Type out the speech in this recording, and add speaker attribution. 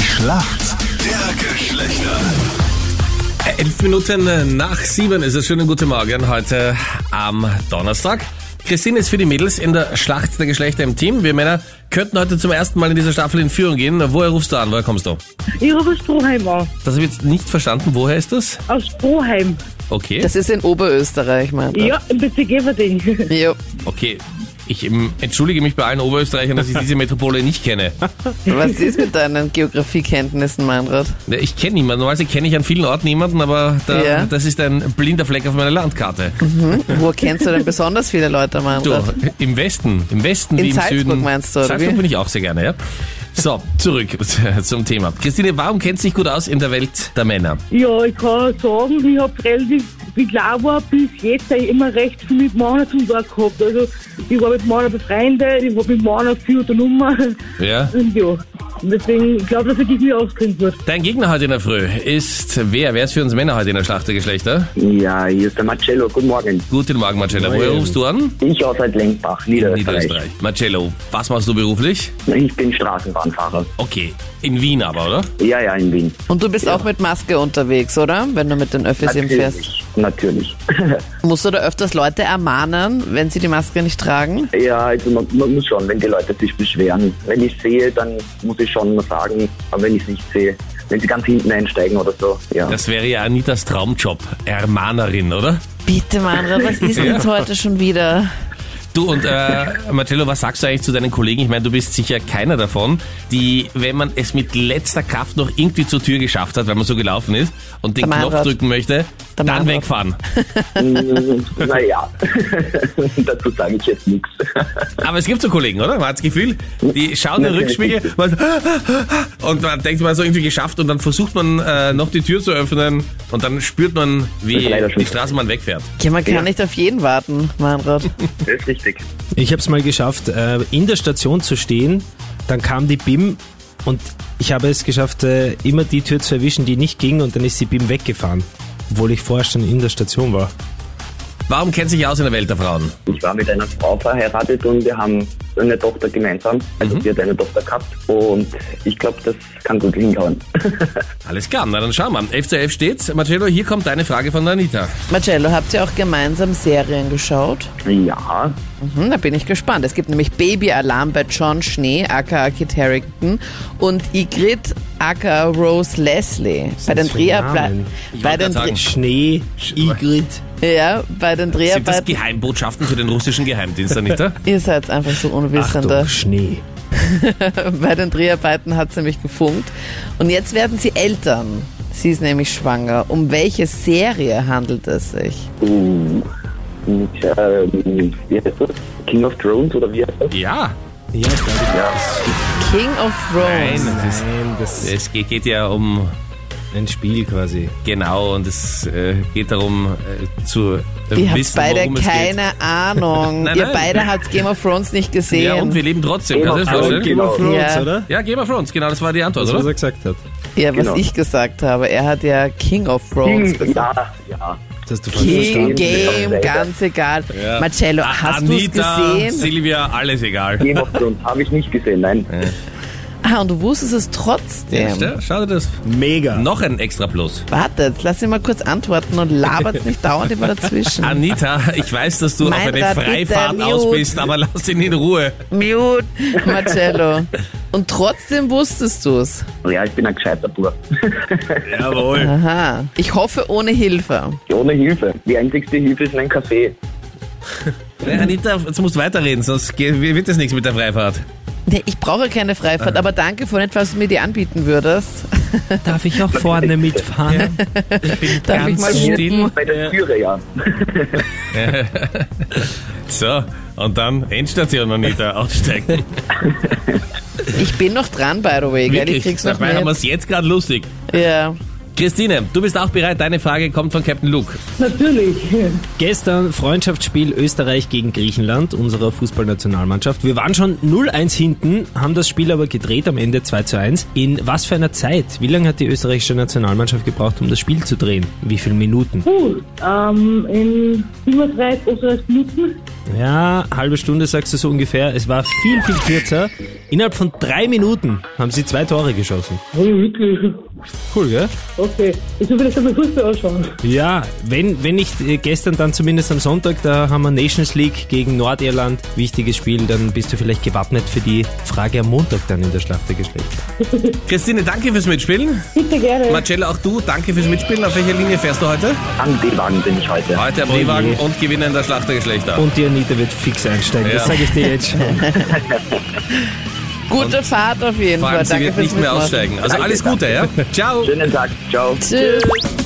Speaker 1: Schlacht der Geschlechter.
Speaker 2: Elf Minuten nach sieben ist es. Schönen guten Morgen heute am Donnerstag. Christine ist für die Mädels in der Schlacht der Geschlechter im Team. Wir Männer könnten heute zum ersten Mal in dieser Staffel in Führung gehen. Woher rufst du an? Woher kommst du?
Speaker 3: Ich rufe aus Stroheim an.
Speaker 2: Das habe ich jetzt nicht verstanden. Woher ist das?
Speaker 3: Aus Stroheim.
Speaker 2: Okay.
Speaker 4: Das ist in Oberösterreich, meint er.
Speaker 3: Ja, im Bezirk Everding.
Speaker 4: Jo.
Speaker 2: okay. Ich ähm, entschuldige mich bei allen Oberösterreichern, dass ich diese Metropole nicht kenne.
Speaker 4: Was ist mit deinen Geografiekenntnissen, Meinrad?
Speaker 2: Ja, Ich kenne niemanden. Normalerweise kenne ich an vielen Orten niemanden, aber da,
Speaker 4: Ja.
Speaker 2: das ist ein blinder Fleck auf meiner Landkarte.
Speaker 4: Wo kennst du denn besonders viele Leute,
Speaker 2: Du,
Speaker 4: Meinrad?
Speaker 2: im Westen, im Westen
Speaker 4: In
Speaker 2: wie im
Speaker 4: Salzburg
Speaker 2: Süden.
Speaker 4: meinst du, oder
Speaker 2: Salzburg
Speaker 4: wie?
Speaker 2: bin ich auch sehr gerne, ja. So, zurück zum Thema. Christine, warum kennst du dich gut aus in der Welt der Männer?
Speaker 3: Ja, ich kann sagen, ich habe relativ, wie klar war, bis jetzt eigentlich immer recht viel mit Männern zu tun gehabt. Also, ich war mit Männern befreundet, ich habe mit Männern viel unternommen.
Speaker 2: Ja.
Speaker 3: Und ja, deswegen, ich glaube, dass ich mich auskennen wird.
Speaker 2: Dein Gegner heute in der Früh ist wer? Wer ist für uns Männer heute in der Schlacht der Geschlechter?
Speaker 5: Ja, hier ist der Marcello. Guten Morgen.
Speaker 2: Guten Morgen, Marcello. Woher rufst du an?
Speaker 5: Ich aus Lenkbach,
Speaker 2: In
Speaker 5: Niederösterreich.
Speaker 2: Niederösterreich. Marcello, was machst du beruflich?
Speaker 5: Ich bin Straßenbahnfahrer.
Speaker 2: Okay, in Wien aber, oder?
Speaker 5: Ja, ja, in Wien.
Speaker 4: Und du bist auch mit Maske unterwegs, oder? Wenn du mit den Öffis eben fährst.
Speaker 5: Natürlich. Natürlich.
Speaker 4: Musst du da öfters Leute ermahnen, wenn sie die Maske nicht tragen?
Speaker 5: ja, also man, man muss schon, wenn die Leute sich beschweren. Wenn ich sehe, dann muss ich schon mal sagen, aber wenn ich es nicht sehe, wenn sie ganz hinten einsteigen oder so, ja.
Speaker 2: Das wäre ja Anitas Traumjob. Ermahnerin, oder?
Speaker 4: Bitte, Meinrad, was ist denn heute schon wieder?
Speaker 2: Du und äh, Marcello, was sagst du eigentlich zu deinen Kollegen? Ich meine, du bist sicher keiner davon, die, wenn man es mit letzter Kraft noch irgendwie zur Tür geschafft hat, weil man so gelaufen ist und den
Speaker 4: Der
Speaker 2: Knopf
Speaker 4: Meinrad.
Speaker 2: drücken möchte,
Speaker 4: Der
Speaker 2: dann
Speaker 4: Meinrad.
Speaker 2: wegfahren.
Speaker 5: naja, dazu sage ich jetzt nichts.
Speaker 2: Aber es gibt so Kollegen, oder? Man hat das Gefühl, die schauen in den
Speaker 5: Natürlich.
Speaker 2: Rückspiegel man, und man denkt, man hat es irgendwie geschafft und dann versucht man äh, noch die Tür zu öffnen und dann spürt man,
Speaker 5: Das
Speaker 2: wie
Speaker 5: ist leider schon
Speaker 2: die Straßenbahn wegfährt.
Speaker 4: Ja, man kann
Speaker 5: Ja.
Speaker 4: nicht auf jeden warten, Meinrad.
Speaker 5: Das ist richtig.
Speaker 6: Ich habe es mal geschafft, äh, in der Station zu stehen. Dann kam die BIM und ich habe es geschafft, äh, immer die Tür zu erwischen, die nicht ging. Und dann ist die BIM weggefahren, obwohl ich vorher schon in der Station war.
Speaker 2: Warum kennt sich aus in der Welt der Frauen?
Speaker 5: Ich war mit einer Frau verheiratet und wir haben eine Tochter gemeinsam. Also sie hat eine Tochter gehabt und ich glaube, das kann gut hinhauen.
Speaker 2: Alles klar, na dann schauen wir. 11 zu 11 steht's. Marcello, hier kommt deine Frage von der Anita.
Speaker 4: Marcello, habt ihr auch gemeinsam Serien geschaut?
Speaker 5: ja,
Speaker 4: Hm, da bin ich gespannt. Es gibt nämlich Baby-Alarm bei John Schnee, aka Kit Harington, und Igrit, aka Rose Leslie. Bei den,
Speaker 6: das für
Speaker 4: Dreharbeiten,
Speaker 6: Namen?
Speaker 4: bei,
Speaker 2: wollte
Speaker 4: den
Speaker 2: gerade
Speaker 4: Dreh
Speaker 6: Schnee, Igrit.
Speaker 4: ja, bei den
Speaker 2: Sind das
Speaker 4: Dreharbeiten.
Speaker 2: Geheimbotschaften für den russischen Geheimdienst, Anita?
Speaker 4: Ihr seid einfach so Unwissende.
Speaker 6: Achtung, Schnee.
Speaker 4: Bei den Dreharbeiten hat sie mich gefunkt. Und jetzt werden sie Eltern. Sie ist nämlich schwanger. Um welche Serie handelt es sich?
Speaker 5: uh, mit, ähm, wie heißt das? King of Thrones oder wie heißt das?
Speaker 2: Ja.
Speaker 6: Ja, ist da-
Speaker 4: King of Thrones.
Speaker 2: Nein, Also das ist,
Speaker 6: Nein, das ist
Speaker 2: es geht geht ja um
Speaker 6: ein Spiel quasi.
Speaker 2: genau und es äh, geht darum äh, zu äh,
Speaker 4: Ihr habt
Speaker 2: wissen,
Speaker 4: beide
Speaker 2: worum es
Speaker 4: keine Ahnung.
Speaker 2: Nein,
Speaker 4: Ihr
Speaker 2: nein.
Speaker 4: beide habt Game of Thrones nicht
Speaker 2: geht.
Speaker 4: gesehen.
Speaker 2: Ja, und wir leben trotzdem, kannst du das
Speaker 5: Game of
Speaker 2: vorstellen?
Speaker 5: Thrones, genau.
Speaker 6: Thrones,
Speaker 4: Ja.
Speaker 6: oder?
Speaker 2: Ja, Game of Thrones, genau, das war die Antwort,
Speaker 6: Also Das, was
Speaker 2: oder?
Speaker 6: er gesagt hat.
Speaker 4: Ja, was
Speaker 5: Genau.
Speaker 4: ich gesagt habe. Er hat ja King of Thrones
Speaker 5: King,
Speaker 4: gesagt.
Speaker 5: ja, ja.
Speaker 6: Das hast du falsch
Speaker 4: King,
Speaker 6: verstanden.
Speaker 4: Game, ganz egal. Marcello, hast du es
Speaker 2: Ah, Anita,
Speaker 4: gesehen?
Speaker 2: Silvia, alles egal.
Speaker 5: Game of Thrones habe ich nicht gesehen, nein.
Speaker 4: Ah, und du wusstest es trotzdem.
Speaker 2: Ja, Schau dir das.
Speaker 6: Mega.
Speaker 2: Noch ein extra Plus.
Speaker 4: Wartet, lass ihn mal kurz antworten und labert nicht dauernd immer dazwischen.
Speaker 2: Anita, ich weiß, dass du
Speaker 4: Mein
Speaker 2: auf eine
Speaker 4: Gott, bitte,
Speaker 2: Freifahrt
Speaker 4: mute.
Speaker 2: aus bist, aber lass ihn in Ruhe.
Speaker 4: Mute, Marcello. Und trotzdem wusstest du es.
Speaker 5: Ja, ich bin ein gescheiter Bub.
Speaker 6: Jawohl.
Speaker 4: Aha. Ich hoffe ohne Hilfe.
Speaker 5: Ohne Hilfe. Die einzigste Hilfe ist mein Kaffee.
Speaker 2: Äh, Anita, jetzt musst du weiterreden, sonst ge- wird das nichts mit der Freifahrt.
Speaker 4: Nee, ich brauche keine Freifahrt, aber danke für nicht, falls du mir die anbieten würdest.
Speaker 6: Darf ich auch vorne mitfahren?
Speaker 4: Darf ich mal hupen?
Speaker 5: Bei der Türe, ja.
Speaker 2: So, und dann Endstation, Anita, aussteigen.
Speaker 4: Ich bin noch dran, by the way. Gell? Ich krieg's noch
Speaker 2: Dabei haben wir
Speaker 4: mit.
Speaker 2: es jetzt gerade lustig.
Speaker 4: Ja.
Speaker 2: Christine, du bist auch bereit. Deine Frage kommt von Captain Luke.
Speaker 3: Natürlich.
Speaker 6: Gestern Freundschaftsspiel Österreich gegen Griechenland unserer Fußballnationalmannschaft. Wir waren schon 0-1 hinten, haben das Spiel aber gedreht am Ende 2-1. In was für einer Zeit? Wie lange hat die österreichische Nationalmannschaft gebraucht, um das Spiel zu drehen? Wie viele Minuten?
Speaker 3: Puh, ähm, in 37 Minuten.
Speaker 6: Ja, halbe Stunde sagst du so ungefähr. Es war viel, viel kürzer. Innerhalb von drei Minuten haben sie zwei Tore geschossen.
Speaker 3: Wirklich.
Speaker 6: Cool, gell?
Speaker 3: Okay. Jetzt will ich das mal Fußball anschauen.
Speaker 6: Ja, wenn, wenn nicht äh, gestern, dann zumindest am Sonntag, da haben wir Nations League gegen Nordirland. Wichtiges Spiel, dann bist du vielleicht gewappnet für die Frage am Montag dann in der Schlacht der Geschlechter.
Speaker 2: Christine, danke fürs Mitspielen.
Speaker 3: Bitte gerne.
Speaker 2: Marcella, auch du, danke fürs Mitspielen. Auf welcher Linie fährst du heute?
Speaker 5: An dem Wagen bin ich heute.
Speaker 2: Heute am
Speaker 6: Oh je.
Speaker 2: Drehwagen und Gewinner in der Schlacht der Geschlechter.
Speaker 6: Und die Anita wird fix einsteigen,
Speaker 2: Ja.
Speaker 6: das sage ich dir jetzt schon.
Speaker 4: Gute Fahrt auf jeden
Speaker 2: Vor
Speaker 4: Fall.
Speaker 2: allem, sie
Speaker 4: Danke
Speaker 2: wird
Speaker 4: fürs
Speaker 2: nicht mehr
Speaker 4: Mitmachen.
Speaker 2: aussteigen. Also
Speaker 5: Danke,
Speaker 2: alles Gute, ja? Ciao.
Speaker 5: Schönen Tag. Ciao.
Speaker 4: Tschüss.